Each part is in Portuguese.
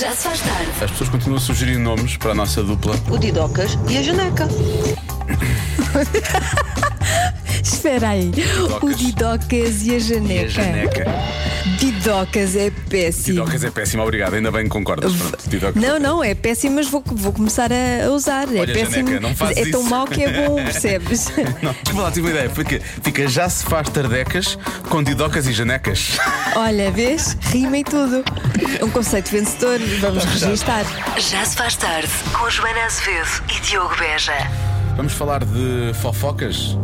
Já se faz tarde. As pessoas continuam a sugerir nomes para a nossa dupla. o Didocas e a Janeca. Espera aí. O Didocas e a É, Janeca. Didocas é péssimo. Tidocas é péssimo, obrigado. Ainda bem que concordas. Pronto, Tidocas. Não, não, é péssimo, mas vou, vou começar a a usar. é Olha, péssimo. Janeca, não fazes é tão isso. mau que é bom, percebes? Não, desculpa lá, tive uma ideia. Fica, fica já se faz tardecas com Didocas e Janecas. Olha, vês? Rima e tudo. Um conceito vencedor, vamos registar. Já se faz tarde com Joana Azevedo e Diogo Beja. Vamos falar de fofocas?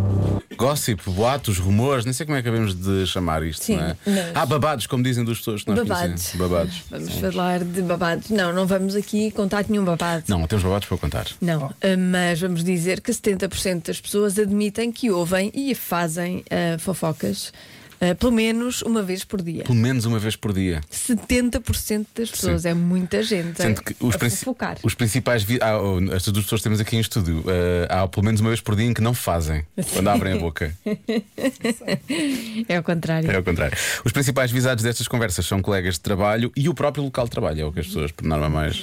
Gossip, boatos, rumores, nem sei como é que acabamos de chamar isto, Sim, não é? mas- Ah, babados, como dizem dos pessoas que nós Babados. conhecemos. Babados. Vamos falar de babados. Não, não vamos aqui contar nenhum babado. Não, temos babados para contar. Não, ah, mas vamos dizer que 70% das pessoas admitem que ouvem e fazem ah, fofocas ah, pelo menos uma vez por dia. Pelo menos uma vez por dia. 70% das pessoas, Sim. é muita gente. a- Sendo que os, a princi- fofocar. os principais. Vi... Ah, oh, estas duas pessoas que temos aqui em estúdio. eh, há pelo menos uma vez por dia em que não fazem. Quando abrem a boca. É ao contrário. É ao contrário. Os principais visados destas conversas são colegas de trabalho e o próprio local de trabalho. É o que as pessoas, por norma, mais,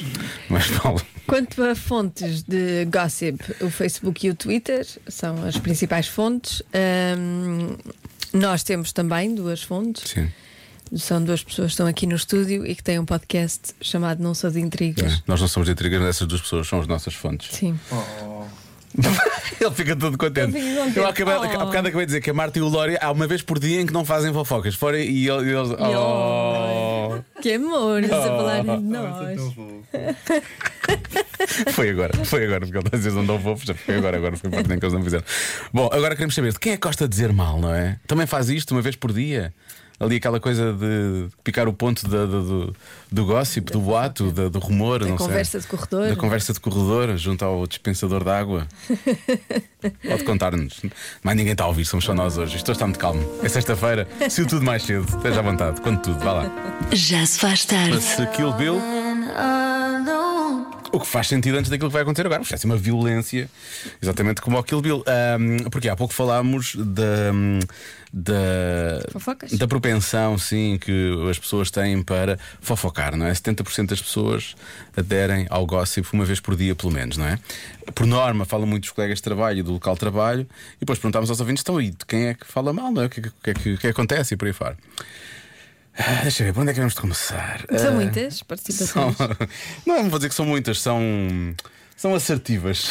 mais falam. Quanto a fontes de gossip, o Facebook e o Twitter são as principais fontes. Ahm, nós temos também duas fontes. Sim. São duas pessoas que estão aqui no estúdio e que têm um podcast chamado Não Sou de Intrigas. É. Nós não somos de intrigas, essas duas pessoas são as nossas fontes. Sim. Ele fica todo contente. Ele fica contente. Eu acabei, Oh. há bocado acabei de dizer que a Marta e o Lória há uma vez por dia em que não fazem fofocas. Fora e ele- e eles. Oh. Que amor, eles a falar de nós. Foi agora, foi agora, porque ele está a dizer não dou fofo, já foi agora, agora foi parte nem que eles não fizeram. Bom, agora queremos saber de quem é que gosta de dizer mal, não é? Também faz isto uma vez por dia? Ali aquela coisa de picar o ponto da- da- do, do gossip, do boato, da- do rumor, não conversa sei. de corredor. Da conversa de corredor, junto ao dispensador de água. Pode contar-nos. Mas ninguém está a ouvir, somos só nós hoje. Isto hoje está muito calmo. É sexta-feira, se tudo mais cedo. Esteja à vontade, conte tudo, vá lá. Já se faz tarde. Chama-se Kill Bill. O que faz sentido antes daquilo que vai acontecer agora, porque é uma violência, exatamente como ao Kill Bill. Ahm, porque há pouco falámos da. da Fofocas? da propensão, sim, que as pessoas têm para fofocar, não é? 70% das pessoas aderem ao gossip uma vez por dia, pelo menos, não é? Por norma, falam muito dos colegas de trabalho, e do local de trabalho, e depois perguntámos aos ouvintes: então, e de quem é que fala mal, não é? O que, é que- o que é que- o que é que acontece e por aí fora? Ah, deixa eu ver, por onde é que vamos começar? São Ah, muitas são- participações. Não, não vou dizer que são muitas, são. São assertivas.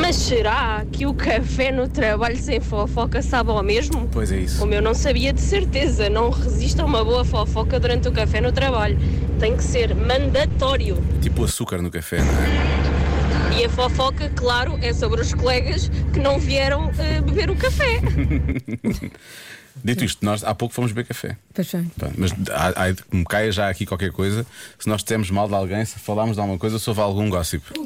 Mas será que o café no trabalho sem fofoca sabe ao mesmo? Pois é isso. Como eu não sabia de certeza, não resista a uma boa fofoca durante o café no trabalho. Tem que ser mandatório. Tipo açúcar no café, não é? E a fofoca, claro, é sobre os colegas que não vieram eh, beber o café. Dito isto, nós há pouco fomos beber café. Pois bem. Pá, Mas há, há, como caia já aqui qualquer coisa, se nós temos mal de alguém, se falarmos de alguma coisa, se houve algum gossip. Hum.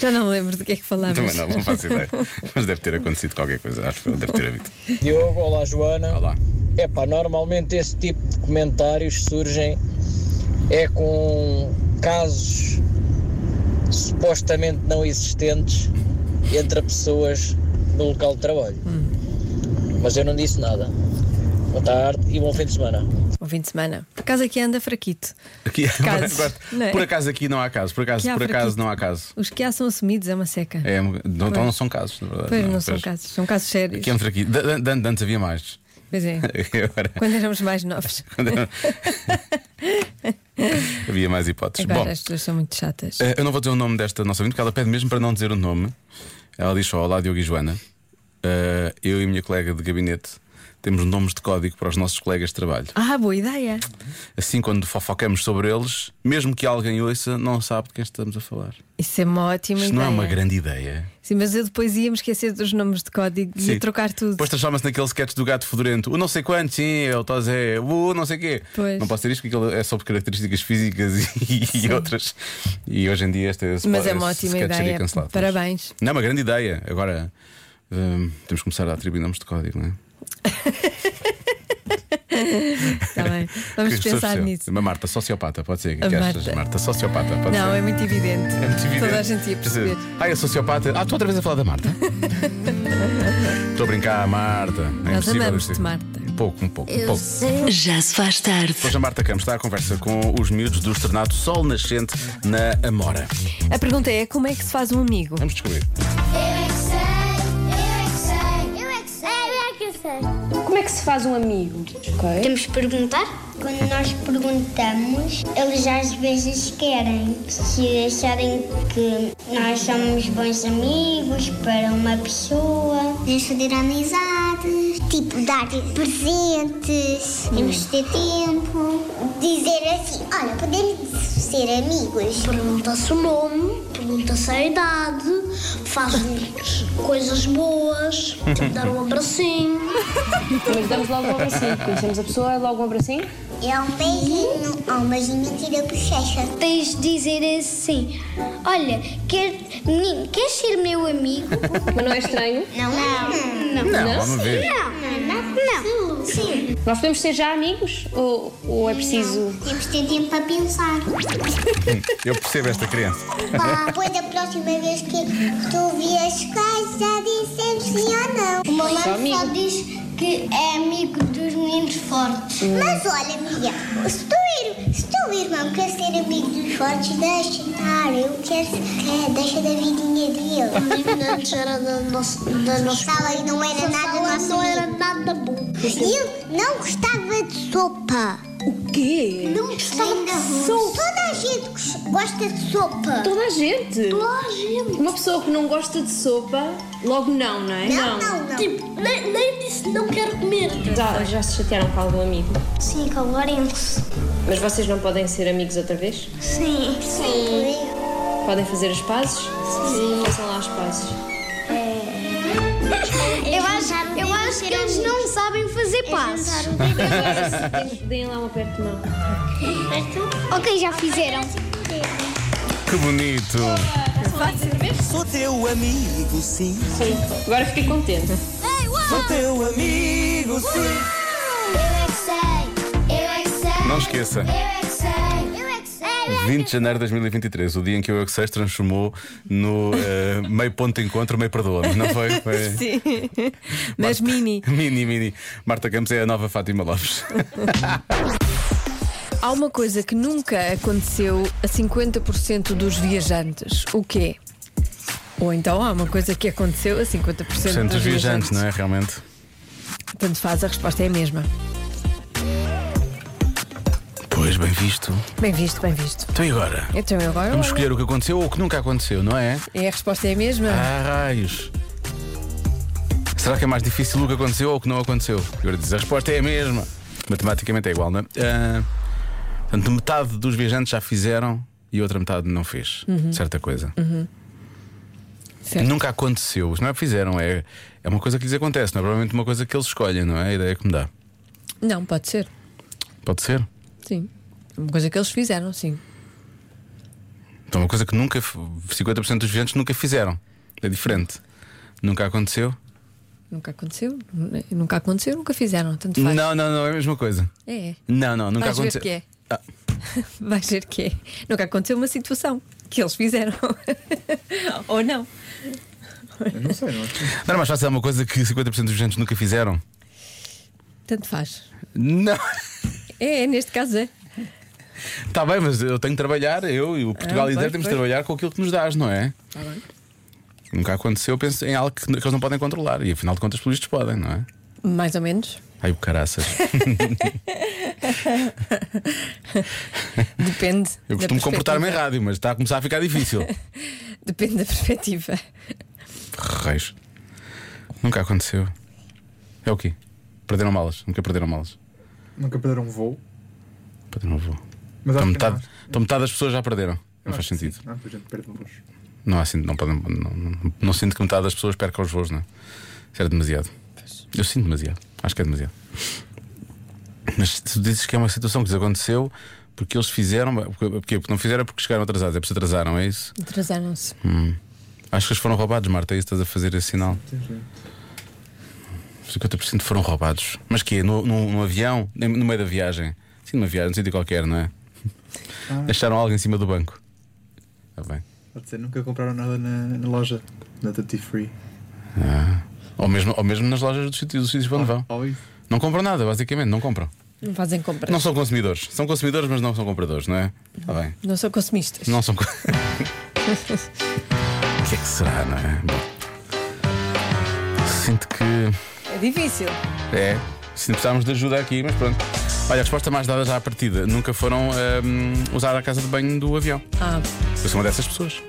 Já não me lembro do que é que falámos. Também não, não faço ideia. Mas deve ter acontecido qualquer coisa, acho que deve ter havido. Diogo, olá Joana. Olá. É pá, normalmente esse tipo de comentários surgem é com casos supostamente não existentes entre pessoas no local de trabalho. Mas eu não disse nada. Boa tarde e bom fim de semana. Bom Um fim de semana. Por acaso aqui anda fraquito. Aqui, Casos, não é? por acaso aqui não há caso, por acaso, Que há por por acaso aqui. não há caso. Os que há são assumidos, é uma seca. É, não, então não são casos, na verdade. Pois é? não são Pois. casos, são casos sérios. Aqui é um- entre aqui. Dan- dan- dan- Antes havia mais. Pois é, Agora. quando éramos mais novos. havia mais hipóteses. Agora Bom, as pessoas são muito chatas. Eh, Eu não vou dizer o nome desta nossa ouvinte, porque ela pede mesmo para não dizer o nome. Ela diz só: Olá, Diogo e Joana. Eh, eu e a minha colega de gabinete temos nomes de código para os nossos colegas de trabalho. Ah, boa ideia. Assim, quando fofocamos sobre eles, mesmo que alguém ouça, não sabe de quem estamos a falar. Isso é uma ótima Isto ideia. não é uma grande ideia. Sim, mas eu depois ia-me esquecer dos nomes de código e ia trocar tudo. Depois transforma-se naquele sketch do gato fedorento. O não sei quanto, sim, é o Tozé, o não sei quê. Pois. Não posso ter isto porque aquilo é sobre características físicas e, e outras. E hoje em dia este esse- Mas é esse uma ótima sketch seria ideia. cancelado. Mas- Parabéns. Não é uma grande ideia. Agora hum, temos que começar a atribuir nomes de código, não é? Está tá bem. Vamos Que as pessoas pensar percebam. nisso. Uma Marta sociopata, pode ser. O que é A que achas? Marta. Marta sociopata, pode Não, ser. é muito evidente. É muito evidente. Toda a gente ia perceber. Ah, é sociopata. Ah, estou outra vez a falar da Marta. Estou a brincar, Marta. É Nós impossível amamos-te, isto. Marta. pouco, um pouco, um pouco. Já se faz tarde. Hoje a Marta Campos está à conversa com os miúdos do externado Sol Nascente na Amora. A pergunta é: como é que se faz um amigo? Vamos descobrir. Como é que se faz um amigo? Temos que perguntar? Quando nós perguntamos, eles às vezes querem. Se acharem que nós somos bons amigos para uma pessoa. Podemos fazer amizades. Tipo, dar presentes. Temos de ter tempo. Dizer assim, olha, podemos ser amigos. Pergunta-se o nome, pergunta-se a idade, faz coisas boas, tipo dar um abracinho. Mas damos logo um abracinho. Conhecemos a pessoa, é logo um abracinho. É um beijinho. É um beijinho que tira a bochecha. Tens de dizer assim: Olha, quer, menino, queres ser meu amigo? Mas não é estranho. Não. Não. Não, vamos ver. Não. Não. Sim. Nós podemos ser já amigos? Ou, ou é preciso. Temos de ter tempo para pensar. Eu percebo esta criança. Pá, depois da próxima vez que tu vieres cá, já dissemos sim ou não. O meu amigo. só diz que é amigo dos meninos fortes. Mas olha, Miguel, se tu, ir, se tu irmão quer ser amigo dos fortes, deixa estar. Eu quero é, deixa da vidinha dele. Antes era da nossa. Da nossa Sala e não era nada nosso não era amigo. nada bom. Eu não gostava de sopa. O quê? Não gostava de sopa. Toda a gente gos- gosta de sopa. Toda a gente. Toda a gente. Uma pessoa que não gosta de sopa, logo não, não é? Não, não, não. Tipo, nem, nem disse não quero comer. Já, já se chatearam com algum amigo. Sim, com Lourenço. Mas vocês não podem ser amigos outra vez? Sim. Sim. Podem fazer as pazes? Sim. Façam lá as pazes. Eu acho, eu acho que eles não sabem fazer passos. Deem lá um aperto de mão. Ok, já fizeram. Que bonito. Sou teu amigo, sim. Agora fiquei contente. Sou teu amigo, sim. é Eu é que sei. Não esqueça. Eu é que sei. Eu é que sei. 20 de janeiro de 2023, o dia em que o Access transformou no eh, meio ponto de encontro, meio perdoa-me, não foi? Foi- Sim. Mas mini. Mini, mini. Marta Campos é a nova Fátima Lopes. Há uma coisa que nunca aconteceu a 50% dos viajantes. O quê? Ou então há uma coisa que aconteceu a 50% dos, Portanto, os viajantes. viajantes, não é? Realmente. Tanto faz, a resposta é a mesma. Pois, bem visto. Bem visto, bem visto. Então e agora? Então eu agora Vamos escolher o que aconteceu ou o que nunca aconteceu, não é? é a resposta é a mesma. Ah, raios. Será que é mais difícil o que aconteceu ou o que não aconteceu? Agora diz, a resposta é a mesma. Matematicamente é igual, não é? Ah, portanto, metade dos viajantes já fizeram e outra metade não fez. Certa coisa. Uhum. Certo. Nunca aconteceu. Não é que fizeram, é, é uma coisa que lhes acontece, não é provavelmente uma coisa que eles escolhem, não é? A ideia que me dá. Ah. Não, pode ser. Pode ser? Sim. É Uma coisa que eles fizeram, sim. Então, uma coisa que nunca. f- 50% dos viajantes nunca fizeram. É diferente. Nunca aconteceu? Nunca aconteceu. n- Nunca aconteceu, nunca fizeram. Tanto faz. Não, não, não é a mesma coisa. É. é. Não, não, nunca Vais ver aconteceu. que é. Ah. Vais ver que é. Nunca aconteceu uma situação que eles fizeram. Ou não. Não era mais fácil é uma coisa que 50% dos viajantes nunca fizeram? Tanto faz. Não. É, é, neste caso é. Está Tá bem, mas eu tenho que trabalhar, eu e o Portugal Ah, e pois, Líder temos pois. Tá que trabalhar com aquilo que nos dás, não é? Nunca aconteceu, eu penso em algo que, que eles não podem controlar e afinal de contas, pelos vistos, podem, não é? Mais ou menos. Ai, o caraças. Depende. Eu da costumo comportar-me em perspectiva. rádio, mas está a começar a ficar difícil. Depende da perspectiva. Reis. Nunca aconteceu. É o quê? Perderam malas. Nunca perderam malas. Nunca perderam um voo. Perderam um voo. Mas Então acho que metade, não. então metade das pessoas já perderam. Não faz sentido. Não, a gente perde voos. Não, há assim, não, podem, não, não- não sinto que metade das pessoas perca os voos, não é? Isso era demasiado. Eu sinto demasiado. Acho que é demasiado. Mas tu dizes que é uma situação que lhes aconteceu porque eles fizeram. Porque, porque não fizeram é porque chegaram atrasados, é porque se atrasaram, é isso? Atrasaram-se. Acho que eles foram roubados, Marta, é isso que estás a fazer esse sinal. 50% foram roubados. Mas que é? no, no, no avião, Em- no meio da viagem. Sim, numa viagem, num sítio qualquer, não é? Deixaram algo em cima do banco. Está bem. Ah, Pode ser, nunca compraram nada na, na loja, na Duty Free. Ah. Ou mesmo, ou mesmo nas lojas dos sítios, dos sítios para onde vão. Ou isso. Não compram nada, basicamente, não compram. Não fazem compras. Não são consumidores. São consumidores, mas não são compradores, não é? Está bem. Não são consumistas. Não são. co- O que é que será, não é? Bom. Sinto que. É difícil. É. Se precisarmos de ajuda aqui, mas pronto. Olha, a resposta mais dada já à partida nunca foram hum, usar a casa de banho do avião. Ah, Eu sou uma dessas pessoas.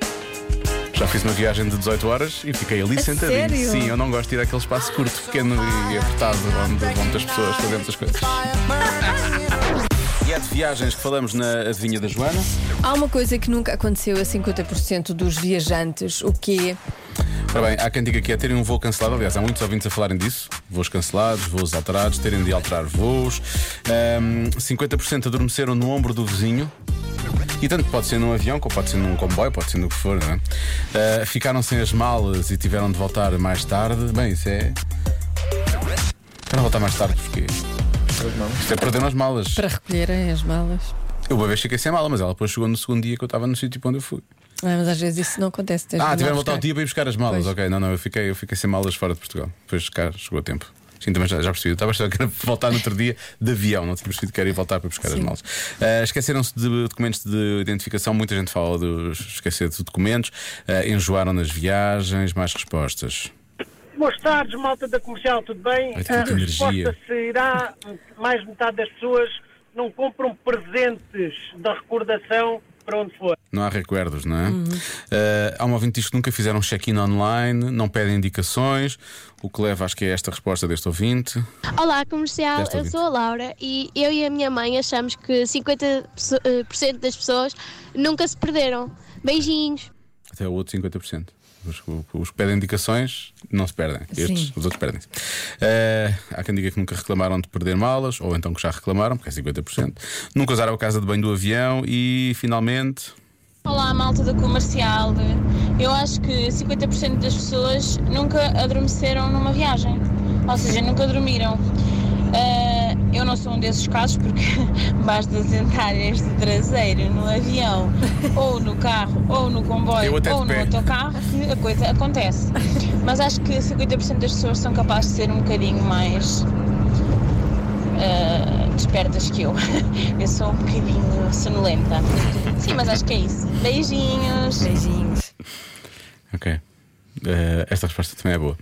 Já fiz uma viagem de 18 horas e fiquei ali A sentadinho. sério? Sim, eu não gosto de ir àquele espaço curto, pequeno e apertado onde vão muitas pessoas fazendo essas coisas. E é de viagens que falamos na adivinha da Joana. Há uma coisa que nunca aconteceu a 50% dos viajantes, o que é. Ora bem, há quem diga que é terem um voo cancelado. Aliás, há muitos ouvintes a falarem disso. Voos cancelados, voos alterados, terem de alterar voos. Ahm, 50% adormeceram no ombro do vizinho. E tanto pode ser num avião, como pode ser num comboio, pode ser no que for, não é? Ah, ficaram sem as malas e tiveram de voltar mais tarde. Bem, isso é. Para voltar mais tarde, porque. Isto é perderam as malas. Para recolherem as malas. Eu uma vez fiquei sem mala, mas ela depois chegou no segundo dia que eu estava no sítio para onde eu fui. Ah, mas às vezes isso não acontece. tens de Ah, mandar tiveram de voltar ao buscar. dia para ir buscar as malas. Pois. Ok, não, não, eu fiquei, eu fiquei sem malas fora de Portugal. Depois cá chegou a tempo. Sim, também já, já percebi. Eu estava a achar que era voltar no outro dia de avião, não tinha percebido que era ir voltar para buscar as malas. Ah, Esqueceram-se de documentos de identificação, muita gente fala dos esquecer de documentos, Ah, enjoaram nas viagens, mais respostas. Boas tardes, malta da comercial, tudo bem? Ai, tanta A energia. resposta será: mais metade das pessoas não compram presentes da recordação para onde for. Não há recuerdos, não é? Uhum. Ah, há uma ouvinte que diz que nunca fizeram check-in online, não pedem indicações, o que leva, acho que é esta resposta deste ouvinte. Olá, comercial. Desta Eu ouvinte. sou a Laura e eu e a minha mãe achamos que 50% das pessoas nunca se perderam. Beijinhos. Até o outro 50%. Os, os que pedem indicações não se perdem. Estes, Sim. os outros perdem-se. Eh, há quem diga que nunca reclamaram de perder malas, ou então que já reclamaram, porque é 50%. Nunca usaram a casa de banho do avião e finalmente. Olá, malta da comercial. Eu acho que 50% das pessoas nunca adormeceram numa viagem, ou seja, nunca dormiram. Ah, eu não sou um desses casos porque basta sentar este traseiro no avião, ou no carro, ou no comboio, Eu até de ou no pé. autocarro que a coisa acontece. Mas acho que 50% das pessoas são capazes de ser um bocadinho mais ah, despertas que eu. Eu sou um bocadinho sonolenta. Sim, mas acho que é isso. Beijinhos. Beijinhos. Ok. Eh, esta resposta também é boa.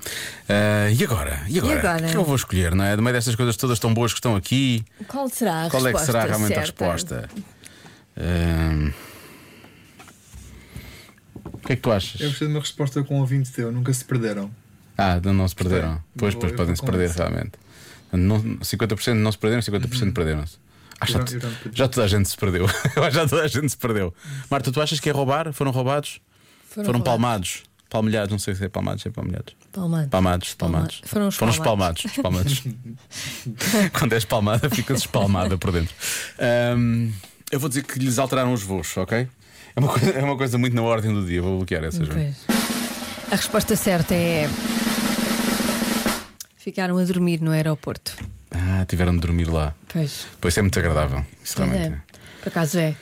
Eh, e agora? E agora? E agora? O que eu vou escolher, não é? No meio destas coisas todas tão boas que estão aqui, Qual será a qual resposta? é que será realmente a certa? resposta? Eh, O que é que tu achas? Eu gostei de uma resposta com o ouvinte teu, nunca se perderam. Ah, não, não se perderam. Bem, Pois, eu- pois eu podem se vou perder convencer. Uhum. realmente. Não, 50% não se perderam, 50% perderam-se. Ah, já, Eu não- tu- eu não perdi. já toda a gente se perdeu. já toda a gente se perdeu. Marta, tu achas que é roubar? Foram roubados? Foram roubados. palmados? Palmilhados, não sei se é palmados, se é palmilhados. Palmados. Palmados, palmados. Palma- foram os os palmados. palmados. Quando és palmada, ficas espalmada por dentro. Ahm, eu vou dizer que lhes alteraram os voos, ok? É uma coisa, é uma coisa muito na ordem do dia, vou bloquear essas. Pois. A resposta certa é. Ficaram a dormir no aeroporto. Ah, tiveram de dormir lá. Pois. Pois isso é muito agradável. Isso Pois realmente. é. Por acaso é.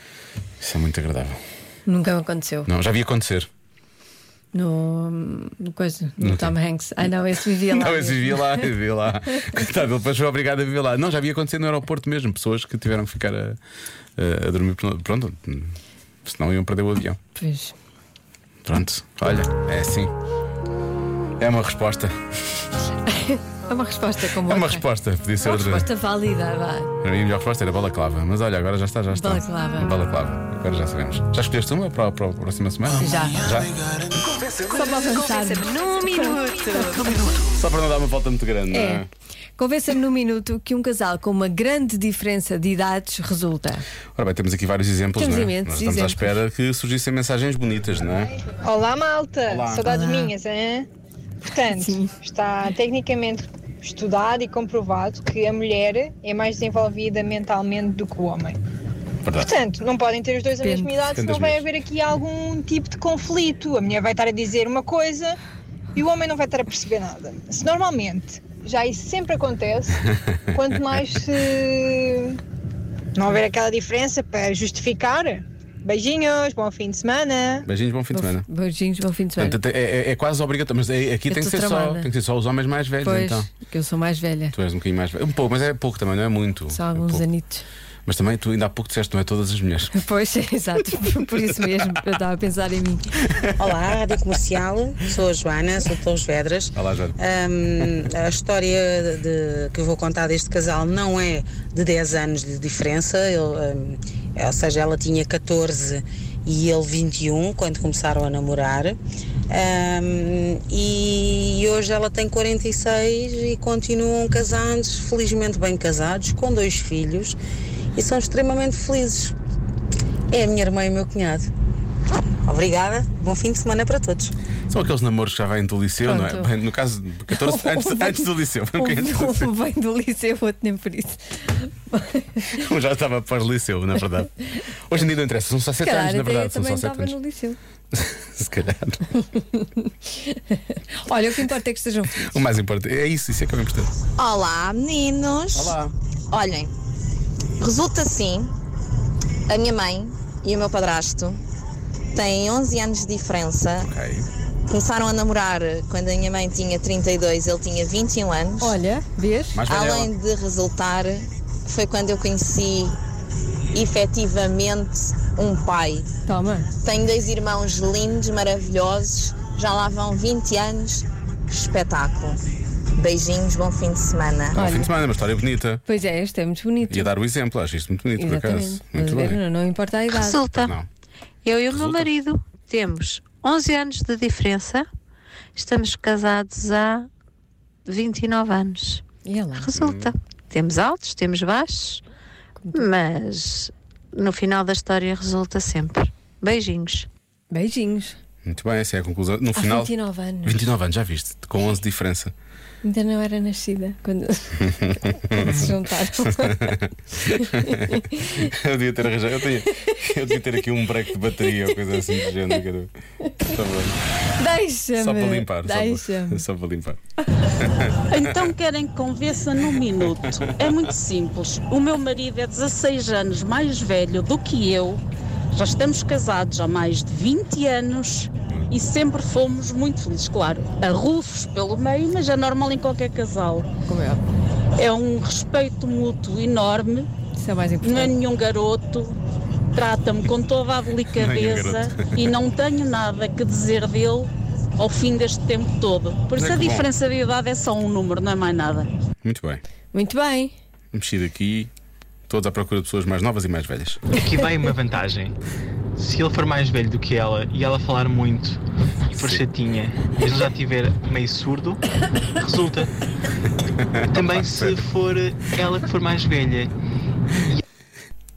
Isso é muito agradável. Nunca me aconteceu. Não, já vi acontecer. No, no coisa, no No quê? Tom Hanks. Ai não, esse vivia lá. não, esse mesmo. vivia lá, vivia lá. Coitado, ele depois foi obrigado a viver lá. Não, já havia acontecido no aeroporto mesmo, pessoas que tiveram que ficar a, a- a dormir. por- Pronto, senão iam perder o avião. Pois. Pronto, olha, é assim. É uma resposta. É uma resposta como É uma outra. resposta, podia ser Uma outra. resposta válida, vá. Para mim, a melhor resposta era balaclava. Mas olha, agora já está, já está. Balaclava. Balaclava. Agora já sabemos. Já escolheste uma para, para a próxima semana? Já. Já? Só para avançar. Num minuto. Só para não dar uma volta muito grande, não É. é? Convença-me num minuto que um casal com uma grande diferença de idades resulta. Ora bem, temos aqui vários exemplos, Temos não é? imensos Nós estamos à exemplos. espera que surgissem mensagens bonitas, não é? Olá, malta! Olá. Saudades Olá. minhas, hein? Portanto, está tecnicamente estudado e comprovado que a mulher é mais desenvolvida mentalmente do que o homem. Portanto, não podem ter os dois Depende. a mesma idade, Depende senão das vai haver aqui algum tipo de conflito. A mulher vai estar a dizer uma coisa e o homem não vai estar a perceber nada. Se normalmente já isso sempre acontece, quanto mais se não houver aquela diferença para justificar, Beijinhos, bom fim de semana. Beijinhos, bom fim de semana. Beijinhos, bom fim de semana. Portanto, é, é- é quase obrigatório, mas é- aqui Eu tem tô que, ser só, tramada. tem que ser só os homens mais velhos, Pois, então. que eu sou mais velha. Tu és um bocadinho mais velho. Um pouco, mas é pouco também, não é muito. Só alguns anitos. Mas também tu ainda há pouco disseste, não é todas as mulheres. Pois, exato. Por isso mesmo, eu estava a pensar em mim. Olá, Rádio Comercial, sou a Joana, sou de Torres Vedras. Olá, Joana. Ahm, a história de- que eu vou contar deste casal não é de 10 anos de diferença, ele, ahm, é, ou seja, ela tinha 14 e ele 21 quando começaram a namorar. Ahm, e hoje ela tem 46 e continuam casados, felizmente bem casados, com dois filhos e são extremamente felizes. É a minha irmã e o meu cunhado. Obrigada, bom fim de semana para todos. São aqueles namoros que já vêm do liceu, não é? Pronto. Bem, no caso, de 14, antes, Um vem- antes do liceu. Um, Um bocadinho antes do liceu. um vem do liceu, outro nem por isso. Um já estava para o liceu, na verdade. Hoje em dia não interessa, são só 7 calhar anos, na até eu verdade. São também só 7 estava anos. no liceu. Se calhar. Olha, o que importa é que estejam felizes. O mais importante é isso, isso é que é o importante. Olá, meninos. Olá. Olhem, resulta assim: a minha mãe e o meu padrasto têm 11 anos de diferença. Então, Começaram a namorar quando a minha mãe tinha 32, ele tinha 21 anos. Olha, vês? Mais Além de resultar, foi quando eu conheci efetivamente um pai. Toma. Tenho dois irmãos lindos, maravilhosos, já lá vão 20 anos. Espetáculo. Beijinhos, bom fim de semana. Bom fim de semana, uma história bonita. Pois é, este é muito bonito. E a dar o exemplo, acho isto muito bonito, por acaso. Exatamente. Tá. Muito Mas, bem. Não, não importa a idade. Resulta. Não. Eu e o meu marido temos 11 anos de diferença. Estamos casados há 29 anos. Resulta. Temos altos, temos baixos, mas no final da história resulta sempre. Beijinhos. Beijinhos. Muito bem, essa é a conclusão. No Há final. 29 anos. 29 anos, já viste? Com 11 de diferença. Ainda não era nascida quando, quando se juntaram. eu devia ter arranjado. Eu, tinha- eu devia ter aqui um break de bateria ou coisa assim do género. cara. Tá bem. Deixa-me. Só para limpar. só para- Deixa-me. Só para limpar. Então querem que convença num minuto. É muito simples. O meu marido é 16 anos mais velho do que eu. Já estamos casados há mais de 20 anos e sempre fomos muito felizes. Claro, a rufos pelo meio, mas é normal em qualquer casal. Como é? É um respeito mútuo enorme. Isso é mais importante. Não é nenhum garoto. Trata-me com toda a é delicadeza garoto. e não tenho nada que dizer dele ao fim deste tempo todo. Por Mas isso é a que bom. diferença de idade é só um número, não é mais nada. Muito bem. Muito bem. Mexido aqui, todos à procura de pessoas mais novas e mais velhas. Aqui vai uma vantagem. Se ele for mais velho do que ela e ela falar muito e for chatinha, e ele já estiver meio surdo, resulta. Também se for ela que for mais velha.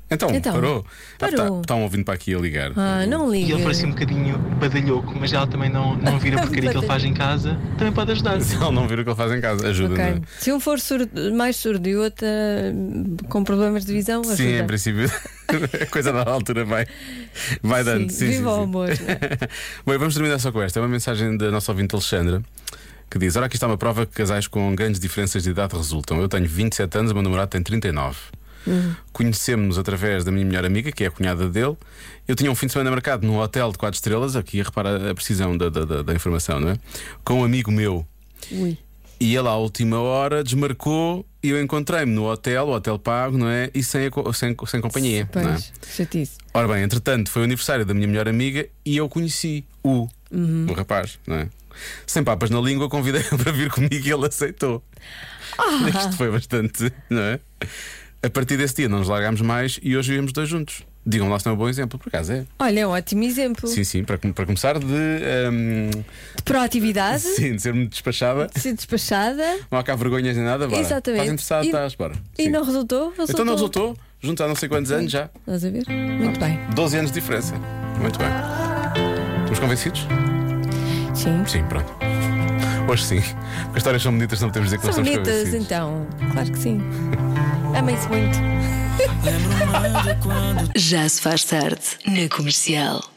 Então, Então, parou. parou. Estão ouvindo para aqui a ligar. Ah, não liga. E ele for assim um bocadinho badalhoco, mas ela também não, não vira a porcaria que ele faz em casa, também pode ajudar. Se ele não vir o que ele faz em casa, ajuda, Ok. não é? Se um for surdo- mais surdo e outro hum, com problemas de visão, ajuda. Sim, em princípio, a coisa da altura vai, vai dando. Sim, sim, Viva o sim. amor. não é? Bem, vamos terminar só com esta. É uma mensagem da nossa ouvinte Alexandra que diz: Ora, aqui está uma prova que casais com grandes diferenças de idade resultam. Eu tenho 27 anos, o meu namorado tem 39. Hum. Conhecemos-nos através da minha melhor amiga, que é a cunhada dele. Eu tinha um fim de semana marcado num hotel de 4 estrelas, aqui repara a precisão da, da- da- da informação, não é? Com um amigo meu. Ui. E ele, à última hora, desmarcou e eu encontrei-me no hotel, o hotel pago, não é? E sem, a co- sem, sem companhia. Não é? Pois, chatice. Ora bem, entretanto, foi o aniversário da minha melhor amiga e eu conheci o, Uhum. o rapaz, não é? Sem papas na língua, convidei-o para vir comigo e ele aceitou. Ah. Isto foi bastante, não é? A partir desse dia não nos largámos mais e hoje vivemos dois juntos. Digam lá se não é um bom exemplo, por acaso é. Olha, é um ótimo exemplo Sim, sim, para, com- para começar de. hum, de proatividade, sim, de ser muito despachada. de ser despachada Não há cá vergonhas nem nada, bora. Exatamente. Estás interessado, E- estás, bora. e Sim. não resultou. resultou. Então não resultou, juntos há não sei quantos anos já. Estás a ver? Muito bem. 12 anos de diferença. Muito bem. Estamos convencidos? Sim. Sim, pronto. Hoje sim. Porque as histórias são bonitas, não podemos dizer que São nós estamos bonitas, convencidos. então. Claro que sim. Amem-se muito. Já se faz tarde na comercial.